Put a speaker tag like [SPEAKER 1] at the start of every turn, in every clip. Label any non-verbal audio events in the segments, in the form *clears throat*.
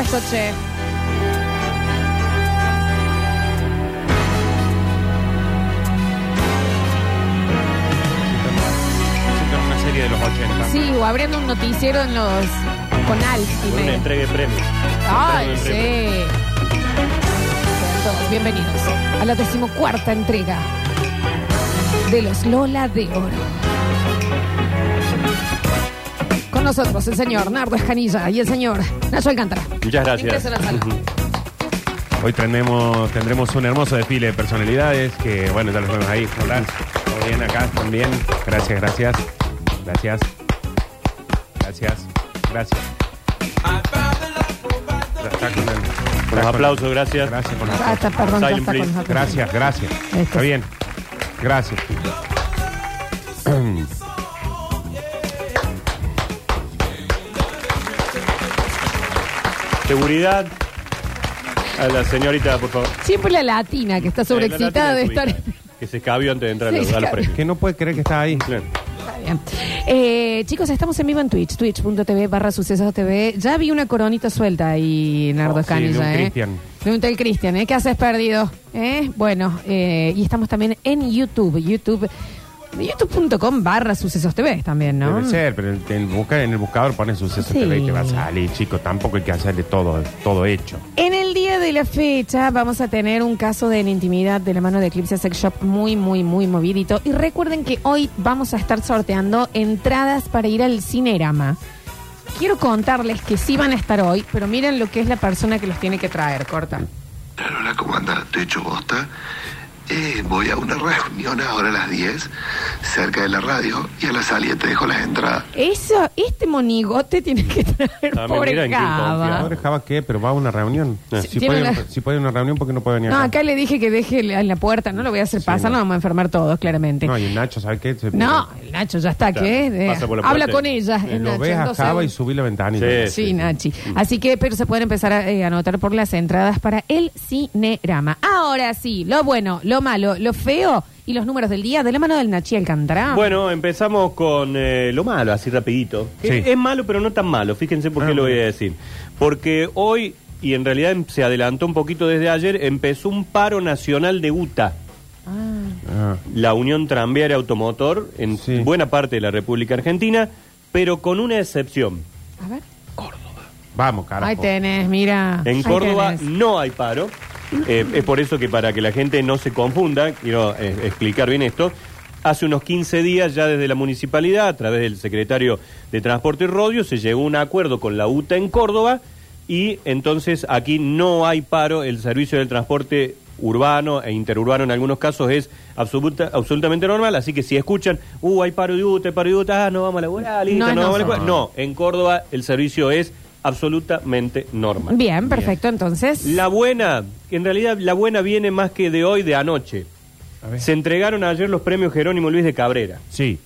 [SPEAKER 1] eso, che.
[SPEAKER 2] Siento en una serie de los 80.
[SPEAKER 1] Sí, o abriendo un noticiero en los. con Al. y
[SPEAKER 2] Con una
[SPEAKER 1] me-
[SPEAKER 2] entrega de premios.
[SPEAKER 1] Ay, sí.
[SPEAKER 2] Entrega de premios.
[SPEAKER 1] Sean todos bienvenidos a la decimocuarta entrega de los Lola de Oro. Con nosotros el señor Nardo Escanilla y el señor Nacho Alcántara.
[SPEAKER 2] Muchas gracias.
[SPEAKER 1] Ingresa a la sala.
[SPEAKER 2] Ujú. *laughs* Hoy tendremos, tendremos un hermoso desfile de personalidades que, bueno, ya los vemos ahí. Hola, todo bien acá también. Gracias, gracias. Gracias. Gracias. Gracias. Ya está con el-
[SPEAKER 3] Con los aplausos, gracias.
[SPEAKER 2] Gracias con los
[SPEAKER 1] Basta,
[SPEAKER 2] aplausos.
[SPEAKER 1] perdón, ya
[SPEAKER 3] Silent
[SPEAKER 1] está con
[SPEAKER 3] please.
[SPEAKER 1] los aplausos.
[SPEAKER 2] Gracias, gracias.
[SPEAKER 1] Ahí está.
[SPEAKER 2] Está bien. Gracias.
[SPEAKER 3] Seguridad a la señorita, por favor. Eh,
[SPEAKER 1] Siempre pues la latina que está sobreexcitada
[SPEAKER 3] La
[SPEAKER 1] de
[SPEAKER 3] latina
[SPEAKER 1] estar.
[SPEAKER 3] de su hija, Que se escabió antes de entrar
[SPEAKER 1] Sí,
[SPEAKER 3] a los- a los
[SPEAKER 1] se
[SPEAKER 3] premios.
[SPEAKER 2] Que no puede creer que está ahí.
[SPEAKER 3] Claro.
[SPEAKER 1] Está bien. Eh, chicos, estamos en vivo en Twitch, twitch.tv barra sucesos TV. Ya vi una coronita suelta ahí, Nardo
[SPEAKER 2] Oh, sí,
[SPEAKER 1] Escanilla.
[SPEAKER 2] de un
[SPEAKER 1] ¿eh?
[SPEAKER 2] Cristian.
[SPEAKER 1] De un tal Cristian, ¿eh? ¿Qué haces perdido? ¿Eh? Bueno, eh, y estamos también en YouTube, YouTube, youtube.com barra sucesos TV también, ¿no?
[SPEAKER 2] Debe ser, pero en el, busca- en el buscador pones suceso
[SPEAKER 1] Sí.
[SPEAKER 2] TV y te va a salir, chico. Tampoco hay que hacerle todo, todo hecho.
[SPEAKER 1] En el día de la fecha vamos a tener un caso de en intimidad de la mano de Eclipse Sex Shop muy, muy, muy movidito. Y recuerden que hoy vamos a estar sorteando entradas para ir al Cinerama. Quiero contarles que sí van a estar hoy, pero miren lo que es la persona que los tiene que traer, corta.
[SPEAKER 4] Claro, hola, ¿cómo andás? Te hecho bosta. Eh, voy a una reunión ahora a las 10, cerca de la radio, y a la salida te dejo las entradas.
[SPEAKER 1] Eso, este monigote tiene que traer,
[SPEAKER 3] Ah, me
[SPEAKER 1] pobre
[SPEAKER 3] miran, qué
[SPEAKER 1] Java.
[SPEAKER 2] Ahora Java qué, pero va a una reunión.
[SPEAKER 1] Sí,
[SPEAKER 2] Si,
[SPEAKER 1] tiene
[SPEAKER 2] puede,
[SPEAKER 1] una-
[SPEAKER 2] si puede ir a una reunión, porque no puede venir
[SPEAKER 1] No,
[SPEAKER 2] acá?
[SPEAKER 1] acá le dije que deje la- en la puerta, no lo voy a hacer pasar,
[SPEAKER 2] no.
[SPEAKER 1] no. vamos a enfermar todos, claramente.
[SPEAKER 2] No, y el Nacho, ¿sabes qué? Se-
[SPEAKER 1] No, el Nacho ya está,
[SPEAKER 3] Claro,
[SPEAKER 1] ¿qué? Eh,
[SPEAKER 3] pasa por la
[SPEAKER 1] habla
[SPEAKER 3] puerta.
[SPEAKER 1] con ella.
[SPEAKER 2] eh,
[SPEAKER 1] el
[SPEAKER 2] Lo
[SPEAKER 1] Nacho,
[SPEAKER 2] ves a
[SPEAKER 1] entonces-
[SPEAKER 2] Java y subí la ventanita.
[SPEAKER 3] Sí. Mm.
[SPEAKER 1] Sí, Nachi. Así que, pero se pueden empezar a eh, anotar por las entradas para el Cinerama. Ahora sí, lo bueno, lo malo, lo feo y los números del día de la mano del Nachi Alcántara.
[SPEAKER 3] Bueno, empezamos con eh, lo malo, así rapidito.
[SPEAKER 2] Sí.
[SPEAKER 3] Eh, Es, es malo, pero no tan malo. Fíjense por qué
[SPEAKER 2] Ah,
[SPEAKER 3] lo voy a
[SPEAKER 2] bueno.
[SPEAKER 3] decir. Porque hoy, y en realidad em- se adelantó un poquito desde ayer, empezó un paro nacional de UTA.
[SPEAKER 2] Ah,
[SPEAKER 3] la Unión Tranviaria Automotor en
[SPEAKER 2] Sí.
[SPEAKER 3] buena parte de la República Argentina, pero con una excepción.
[SPEAKER 1] A ver.
[SPEAKER 2] vamos, carajo.
[SPEAKER 1] Ahí tenés, mira.
[SPEAKER 3] En
[SPEAKER 1] Ahí
[SPEAKER 3] Córdoba
[SPEAKER 1] tenés.
[SPEAKER 3] no hay paro. Eh, es por eso que para que la gente no se confunda, quiero eh, explicar bien esto. Hace unos 15 días ya desde la municipalidad, a través del secretario de Transporte y Rodio, se llegó a un acuerdo con la UTA en Córdoba y entonces aquí no hay paro. El servicio del transporte urbano e interurbano en algunos casos es absoluta- absolutamente normal. Así que si escuchan, uh, hay paro de UTA, hay paro de UTA, ah, no vamos a laburar, listo,
[SPEAKER 1] No,
[SPEAKER 3] no,
[SPEAKER 1] no.
[SPEAKER 3] vamos a laburar. No, en Córdoba el servicio es absolutamente normal.
[SPEAKER 1] Bien, perfecto, entonces.
[SPEAKER 3] La buena, en realidad la buena viene más que de hoy, de anoche.
[SPEAKER 2] A ver.
[SPEAKER 3] Se entregaron ayer los premios Jerónimo Luis de Cabrera
[SPEAKER 2] Sí.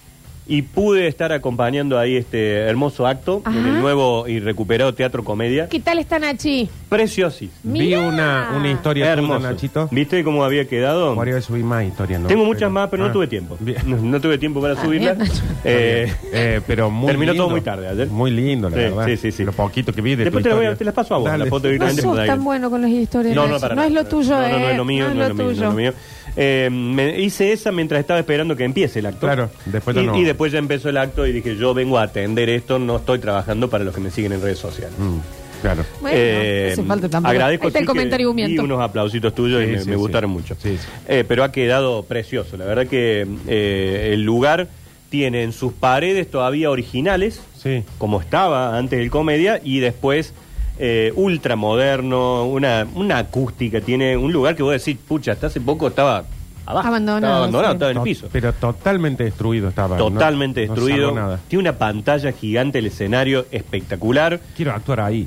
[SPEAKER 3] y pude estar acompañando ahí este hermoso acto en
[SPEAKER 1] Ajá.
[SPEAKER 3] el nuevo y recuperado Teatro Comedia.
[SPEAKER 1] ¿Qué tal está Nachi?
[SPEAKER 3] Preciosis.
[SPEAKER 1] Mirá.
[SPEAKER 2] Vi una, una historia
[SPEAKER 3] Hermoso.
[SPEAKER 2] tuya, Nachito.
[SPEAKER 3] ¿Viste cómo había quedado?
[SPEAKER 2] Podría subir más historias, ¿no?
[SPEAKER 3] Tengo muchas más, pero
[SPEAKER 2] Ah,
[SPEAKER 3] no tuve tiempo.
[SPEAKER 2] bien. *laughs*
[SPEAKER 3] No, no tuve tiempo para subirla.
[SPEAKER 1] Ah, bien.
[SPEAKER 3] Eh,
[SPEAKER 2] Eh, pero muy
[SPEAKER 3] Terminó
[SPEAKER 2] lindo.
[SPEAKER 3] todo muy tarde ayer.
[SPEAKER 2] Muy lindo, la
[SPEAKER 3] Sí,
[SPEAKER 2] verdad.
[SPEAKER 3] sí, sí, sí.
[SPEAKER 2] Lo poquito que vi de
[SPEAKER 3] Después
[SPEAKER 2] tu
[SPEAKER 3] te, la voy a-
[SPEAKER 2] historia.
[SPEAKER 3] te las paso a vos,
[SPEAKER 2] Dale.
[SPEAKER 3] la foto
[SPEAKER 1] No
[SPEAKER 3] directamente.
[SPEAKER 1] sos
[SPEAKER 3] por ahí.
[SPEAKER 1] tan bueno con las historias.
[SPEAKER 3] No, no,
[SPEAKER 1] Nachi.
[SPEAKER 3] para
[SPEAKER 1] No es
[SPEAKER 3] nada.
[SPEAKER 1] lo tuyo,
[SPEAKER 3] No, no, no
[SPEAKER 1] eh.
[SPEAKER 3] es lo mío, no, es lo mío,
[SPEAKER 1] tuyo.
[SPEAKER 3] no es lo mío. Eh, me hice esa mientras estaba esperando que empiece el acto.
[SPEAKER 2] Claro, después
[SPEAKER 3] y,
[SPEAKER 2] ya no.
[SPEAKER 3] y después ya empezó el acto y dije, yo vengo a atender esto, no estoy trabajando para los que me siguen en redes sociales.
[SPEAKER 2] Mm, claro.
[SPEAKER 1] Bueno,
[SPEAKER 3] Eh,
[SPEAKER 1] no hace falta tampoco.
[SPEAKER 3] Agradezco
[SPEAKER 1] Ahí está el
[SPEAKER 3] sí que
[SPEAKER 1] comentario
[SPEAKER 3] vi
[SPEAKER 1] humiento.
[SPEAKER 3] unos aplausitos tuyos
[SPEAKER 2] Sí,
[SPEAKER 3] y me,
[SPEAKER 2] sí,
[SPEAKER 3] me
[SPEAKER 2] sí.
[SPEAKER 3] gustaron mucho.
[SPEAKER 2] Sí, sí.
[SPEAKER 3] Eh, pero ha quedado precioso. La verdad que eh, el lugar tiene en sus paredes todavía originales,
[SPEAKER 2] Sí.
[SPEAKER 3] como estaba antes del comedia, y después eh, ultramoderno, una, una acústica. Tiene un lugar que vos decís, pucha, hasta hace poco estaba abajo.
[SPEAKER 1] Abandonado,
[SPEAKER 3] Estaba abandonado,
[SPEAKER 1] sí.
[SPEAKER 3] estaba en el
[SPEAKER 2] To-
[SPEAKER 3] piso.
[SPEAKER 2] Pero totalmente destruido estaba. no-
[SPEAKER 3] Totalmente
[SPEAKER 2] no
[SPEAKER 3] destruido.
[SPEAKER 2] salvó nada.
[SPEAKER 3] Tiene una pantalla gigante, el escenario espectacular.
[SPEAKER 2] Quiero actuar ahí.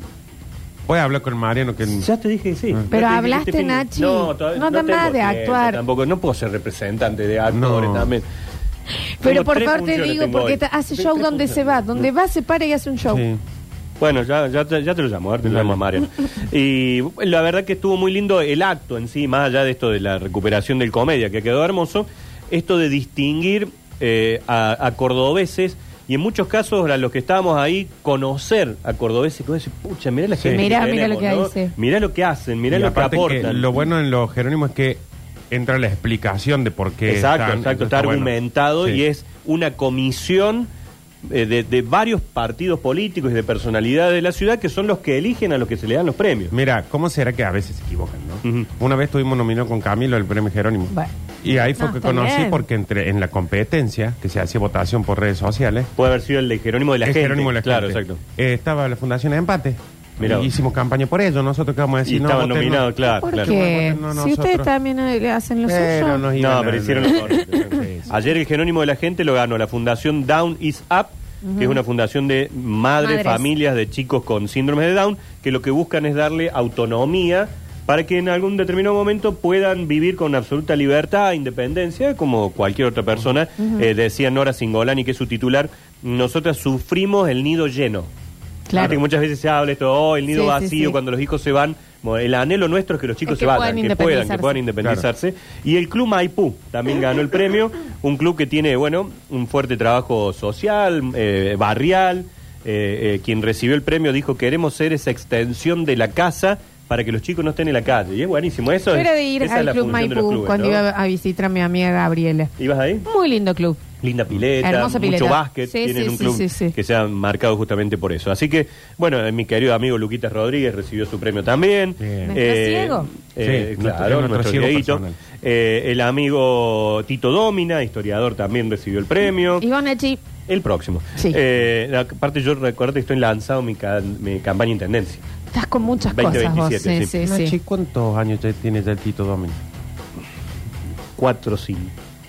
[SPEAKER 2] Voy a hablar con Mariano que...
[SPEAKER 3] Ya te dije que sí. Ya te dije que
[SPEAKER 1] hablaste,
[SPEAKER 3] fin-
[SPEAKER 1] Nachi.
[SPEAKER 3] No, todavía
[SPEAKER 1] No da
[SPEAKER 3] tengo
[SPEAKER 1] más de
[SPEAKER 3] tiempo
[SPEAKER 1] actuar.
[SPEAKER 3] Tampoco, no puedo ser representante de actores
[SPEAKER 2] No.
[SPEAKER 3] también.
[SPEAKER 1] Pero
[SPEAKER 3] Tengo
[SPEAKER 1] por
[SPEAKER 3] tres
[SPEAKER 1] favor te
[SPEAKER 3] funciones
[SPEAKER 1] digo,
[SPEAKER 3] tengo
[SPEAKER 1] porque
[SPEAKER 3] hoy.
[SPEAKER 1] ta- hace
[SPEAKER 3] Tres-
[SPEAKER 1] show
[SPEAKER 3] tres
[SPEAKER 1] donde se
[SPEAKER 3] funciones.
[SPEAKER 1] va. Donde va, se para y hace un show.
[SPEAKER 2] Sí.
[SPEAKER 3] Bueno, ya, ya, te- ya te lo llamo, ahora te lo llamo
[SPEAKER 1] *laughs*
[SPEAKER 3] a Mariano. Y la verdad que estuvo muy lindo el acto en sí, más allá de esto de la recuperación del comedia, que quedó hermoso, esto de distinguir eh, a, a cordobeses Y en muchos casos, a los que estábamos ahí, conocer a cordobeses, cordobeses, pucha, mirá la
[SPEAKER 2] Sí.
[SPEAKER 3] gente.
[SPEAKER 1] Mirá,
[SPEAKER 3] que
[SPEAKER 1] mirá lo
[SPEAKER 3] tenemos,
[SPEAKER 1] que
[SPEAKER 3] ¿no?
[SPEAKER 1] hace.
[SPEAKER 3] Mirá lo que hacen, mirá
[SPEAKER 2] Y
[SPEAKER 3] lo que
[SPEAKER 2] aparte
[SPEAKER 3] aportan.
[SPEAKER 2] lo bueno en los Jerónimos es que entra la explicación de por qué.
[SPEAKER 3] Exacto,
[SPEAKER 2] están, eso
[SPEAKER 3] exacto, está
[SPEAKER 2] bueno.
[SPEAKER 3] argumentado
[SPEAKER 2] Sí.
[SPEAKER 3] y es una comisión eh, de, de varios partidos políticos y de personalidades de la ciudad que son los que eligen a los que se le dan los premios.
[SPEAKER 2] Mira, ¿cómo será que a veces se equivocan, no?
[SPEAKER 3] Ujú.
[SPEAKER 2] Una vez estuvimos nominados con Camilo el premio Jerónimo.
[SPEAKER 1] Bueno.
[SPEAKER 2] Y ahí fue
[SPEAKER 1] No,
[SPEAKER 2] que
[SPEAKER 1] está
[SPEAKER 2] conocí
[SPEAKER 1] bien.
[SPEAKER 2] porque entre en la competencia, que se hacía votación por redes sociales,
[SPEAKER 3] Puede haber sido el de Jerónimo de la
[SPEAKER 2] es
[SPEAKER 3] Gente.
[SPEAKER 2] Jerónimo de la
[SPEAKER 3] claro,
[SPEAKER 2] Gente.
[SPEAKER 3] exacto.
[SPEAKER 2] Eh, estaba la Fundación Empate.
[SPEAKER 3] Mirá
[SPEAKER 2] Y
[SPEAKER 3] vos.
[SPEAKER 2] hicimos campaña por ello. Nosotros que vamos a decir,
[SPEAKER 3] Y estaban
[SPEAKER 2] voten,
[SPEAKER 3] nominados, claro.
[SPEAKER 1] ¿Por
[SPEAKER 3] claro.
[SPEAKER 1] qué?
[SPEAKER 2] No, no,
[SPEAKER 1] si
[SPEAKER 2] nosotros-
[SPEAKER 1] ustedes también eh, le hacen lo
[SPEAKER 2] Pero
[SPEAKER 1] suyo.
[SPEAKER 2] nos iban
[SPEAKER 3] No,
[SPEAKER 2] a-
[SPEAKER 3] pero hicieron lo correcto.
[SPEAKER 2] Sí, sí.
[SPEAKER 3] Ayer el Jerónimo de la Gente lo ganó la Fundación Down is Up, que es una fundación de madres,
[SPEAKER 1] Madres.
[SPEAKER 3] familias de chicos con síndromes de Down, que lo que buscan es darle autonomía para que en algún determinado momento puedan vivir con absoluta libertad, e independencia, como cualquier otra persona. Eh, decía Nora Singolani, que es su titular, nosotras sufrimos el nido lleno. Viste que
[SPEAKER 1] Claro.
[SPEAKER 3] muchas veces se habla esto, oh, el nido
[SPEAKER 1] Sí, sí,
[SPEAKER 3] vacío,
[SPEAKER 1] sí.
[SPEAKER 3] cuando los hijos se van. Bueno, El anhelo nuestro es que los chicos
[SPEAKER 1] Es que
[SPEAKER 3] se vayan,
[SPEAKER 1] puedan
[SPEAKER 3] que puedan, que
[SPEAKER 1] independizarse.
[SPEAKER 3] puedan independizarse. Y el Club Maipú también ganó el premio, un club que tiene, bueno, un fuerte trabajo social, eh, barrial. Eh, eh, quien recibió el premio dijo, queremos ser esa extensión de la casa para que los chicos no estén en la calle. Y es buenísimo, eso
[SPEAKER 1] Yo
[SPEAKER 3] es,
[SPEAKER 1] era de ir
[SPEAKER 3] esa es
[SPEAKER 1] al
[SPEAKER 3] la
[SPEAKER 1] Club
[SPEAKER 3] función de los
[SPEAKER 1] Maipú
[SPEAKER 3] clubes,
[SPEAKER 1] cuando
[SPEAKER 3] ¿no?
[SPEAKER 1] iba a visitar a mi amiga Gabriela.
[SPEAKER 3] ¿Ibas ahí?
[SPEAKER 1] Muy lindo club.
[SPEAKER 3] Linda pileta,
[SPEAKER 1] Hermosa pileta.
[SPEAKER 3] mucho básquet,
[SPEAKER 1] Sí, sí,
[SPEAKER 3] tienen un
[SPEAKER 1] sí,
[SPEAKER 3] club
[SPEAKER 1] sí, sí.
[SPEAKER 3] que se ha marcado justamente por eso. Así que, bueno, eh, mi querido amigo Luquitas Rodríguez recibió su premio también.
[SPEAKER 2] Bien.
[SPEAKER 1] Nuestro ciego.
[SPEAKER 3] eh,
[SPEAKER 2] Sí, nuestro-
[SPEAKER 3] claro,
[SPEAKER 2] nuestro
[SPEAKER 3] nuestro
[SPEAKER 2] ciego
[SPEAKER 3] cieguito.
[SPEAKER 2] personal.
[SPEAKER 3] Eh, el amigo Tito Domina, historiador, también recibió el premio.
[SPEAKER 1] Ivonne Echi,
[SPEAKER 3] El próximo.
[SPEAKER 1] Sí.
[SPEAKER 3] Eh, aparte, yo recuerdo que estoy lanzado mi, ca- mi campaña intendencia.
[SPEAKER 1] estás con muchas
[SPEAKER 3] 20,
[SPEAKER 1] cosas vos.
[SPEAKER 3] 27,
[SPEAKER 1] sí, sí,
[SPEAKER 2] Nachi,
[SPEAKER 1] sí.
[SPEAKER 2] ¿cuántos años ya tiene ya el Tito Domínguez?
[SPEAKER 3] 4,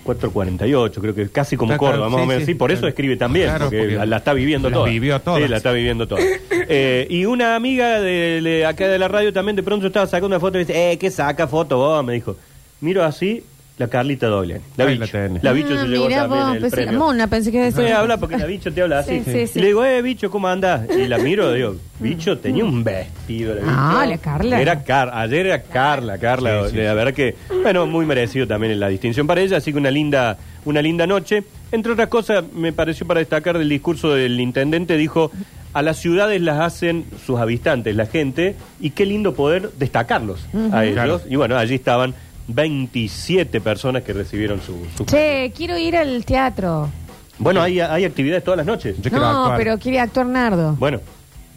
[SPEAKER 3] 448, creo que casi como
[SPEAKER 2] Está
[SPEAKER 3] Córdoba,
[SPEAKER 2] claro,
[SPEAKER 3] más
[SPEAKER 2] sí,
[SPEAKER 3] o menos.
[SPEAKER 2] sí,
[SPEAKER 3] Sí, por eso
[SPEAKER 2] claro.
[SPEAKER 3] escribe también,
[SPEAKER 2] Claro,
[SPEAKER 3] porque,
[SPEAKER 2] porque
[SPEAKER 3] la, la está viviendo
[SPEAKER 2] las
[SPEAKER 3] toda.
[SPEAKER 2] vivió todas.
[SPEAKER 3] Sí, la está
[SPEAKER 2] *laughs*
[SPEAKER 3] viviendo toda. Eh, y una amiga de, de acá de la radio también de pronto estaba sacando una foto y dice, eh, ¿qué saca foto vos? Me dijo, miro así, la Carlita Doble. La
[SPEAKER 2] Ahí la
[SPEAKER 3] bicho.
[SPEAKER 2] tenés.
[SPEAKER 3] La bicho
[SPEAKER 1] Ah,
[SPEAKER 3] se llevó
[SPEAKER 1] mirá
[SPEAKER 3] también
[SPEAKER 1] vos,
[SPEAKER 3] el
[SPEAKER 1] pensé-
[SPEAKER 3] premio.
[SPEAKER 1] Mona, pensé que iba a decir-
[SPEAKER 3] Me habla porque la bicho te habla así.
[SPEAKER 1] Sí, sí, sí.
[SPEAKER 3] Y le digo, eh, bicho, ¿cómo andás? Y la miro,
[SPEAKER 1] *laughs*
[SPEAKER 3] digo, bicho, tenía un vestido. La bicho.
[SPEAKER 1] Ah, la Carla.
[SPEAKER 3] Era Car- ayer era Carla, Carla.
[SPEAKER 2] Sí, sí,
[SPEAKER 3] la verdad que, bueno, muy merecido también la distinción para ella, así que una linda, una linda noche. Entre otras cosas, me pareció para destacar del discurso del intendente, dijo, a las ciudades las hacen sus habitantes, la gente, y qué lindo poder destacarlos a ellos.
[SPEAKER 2] Claro.
[SPEAKER 3] Y bueno, allí estaban 27 personas que recibieron su... su
[SPEAKER 1] Che, quiero ir al teatro.
[SPEAKER 3] Bueno, hay, hay actividades todas las noches.
[SPEAKER 2] Yo quiero
[SPEAKER 1] No,
[SPEAKER 2] actuar.
[SPEAKER 1] pero quiere actuar Nardo.
[SPEAKER 3] Bueno.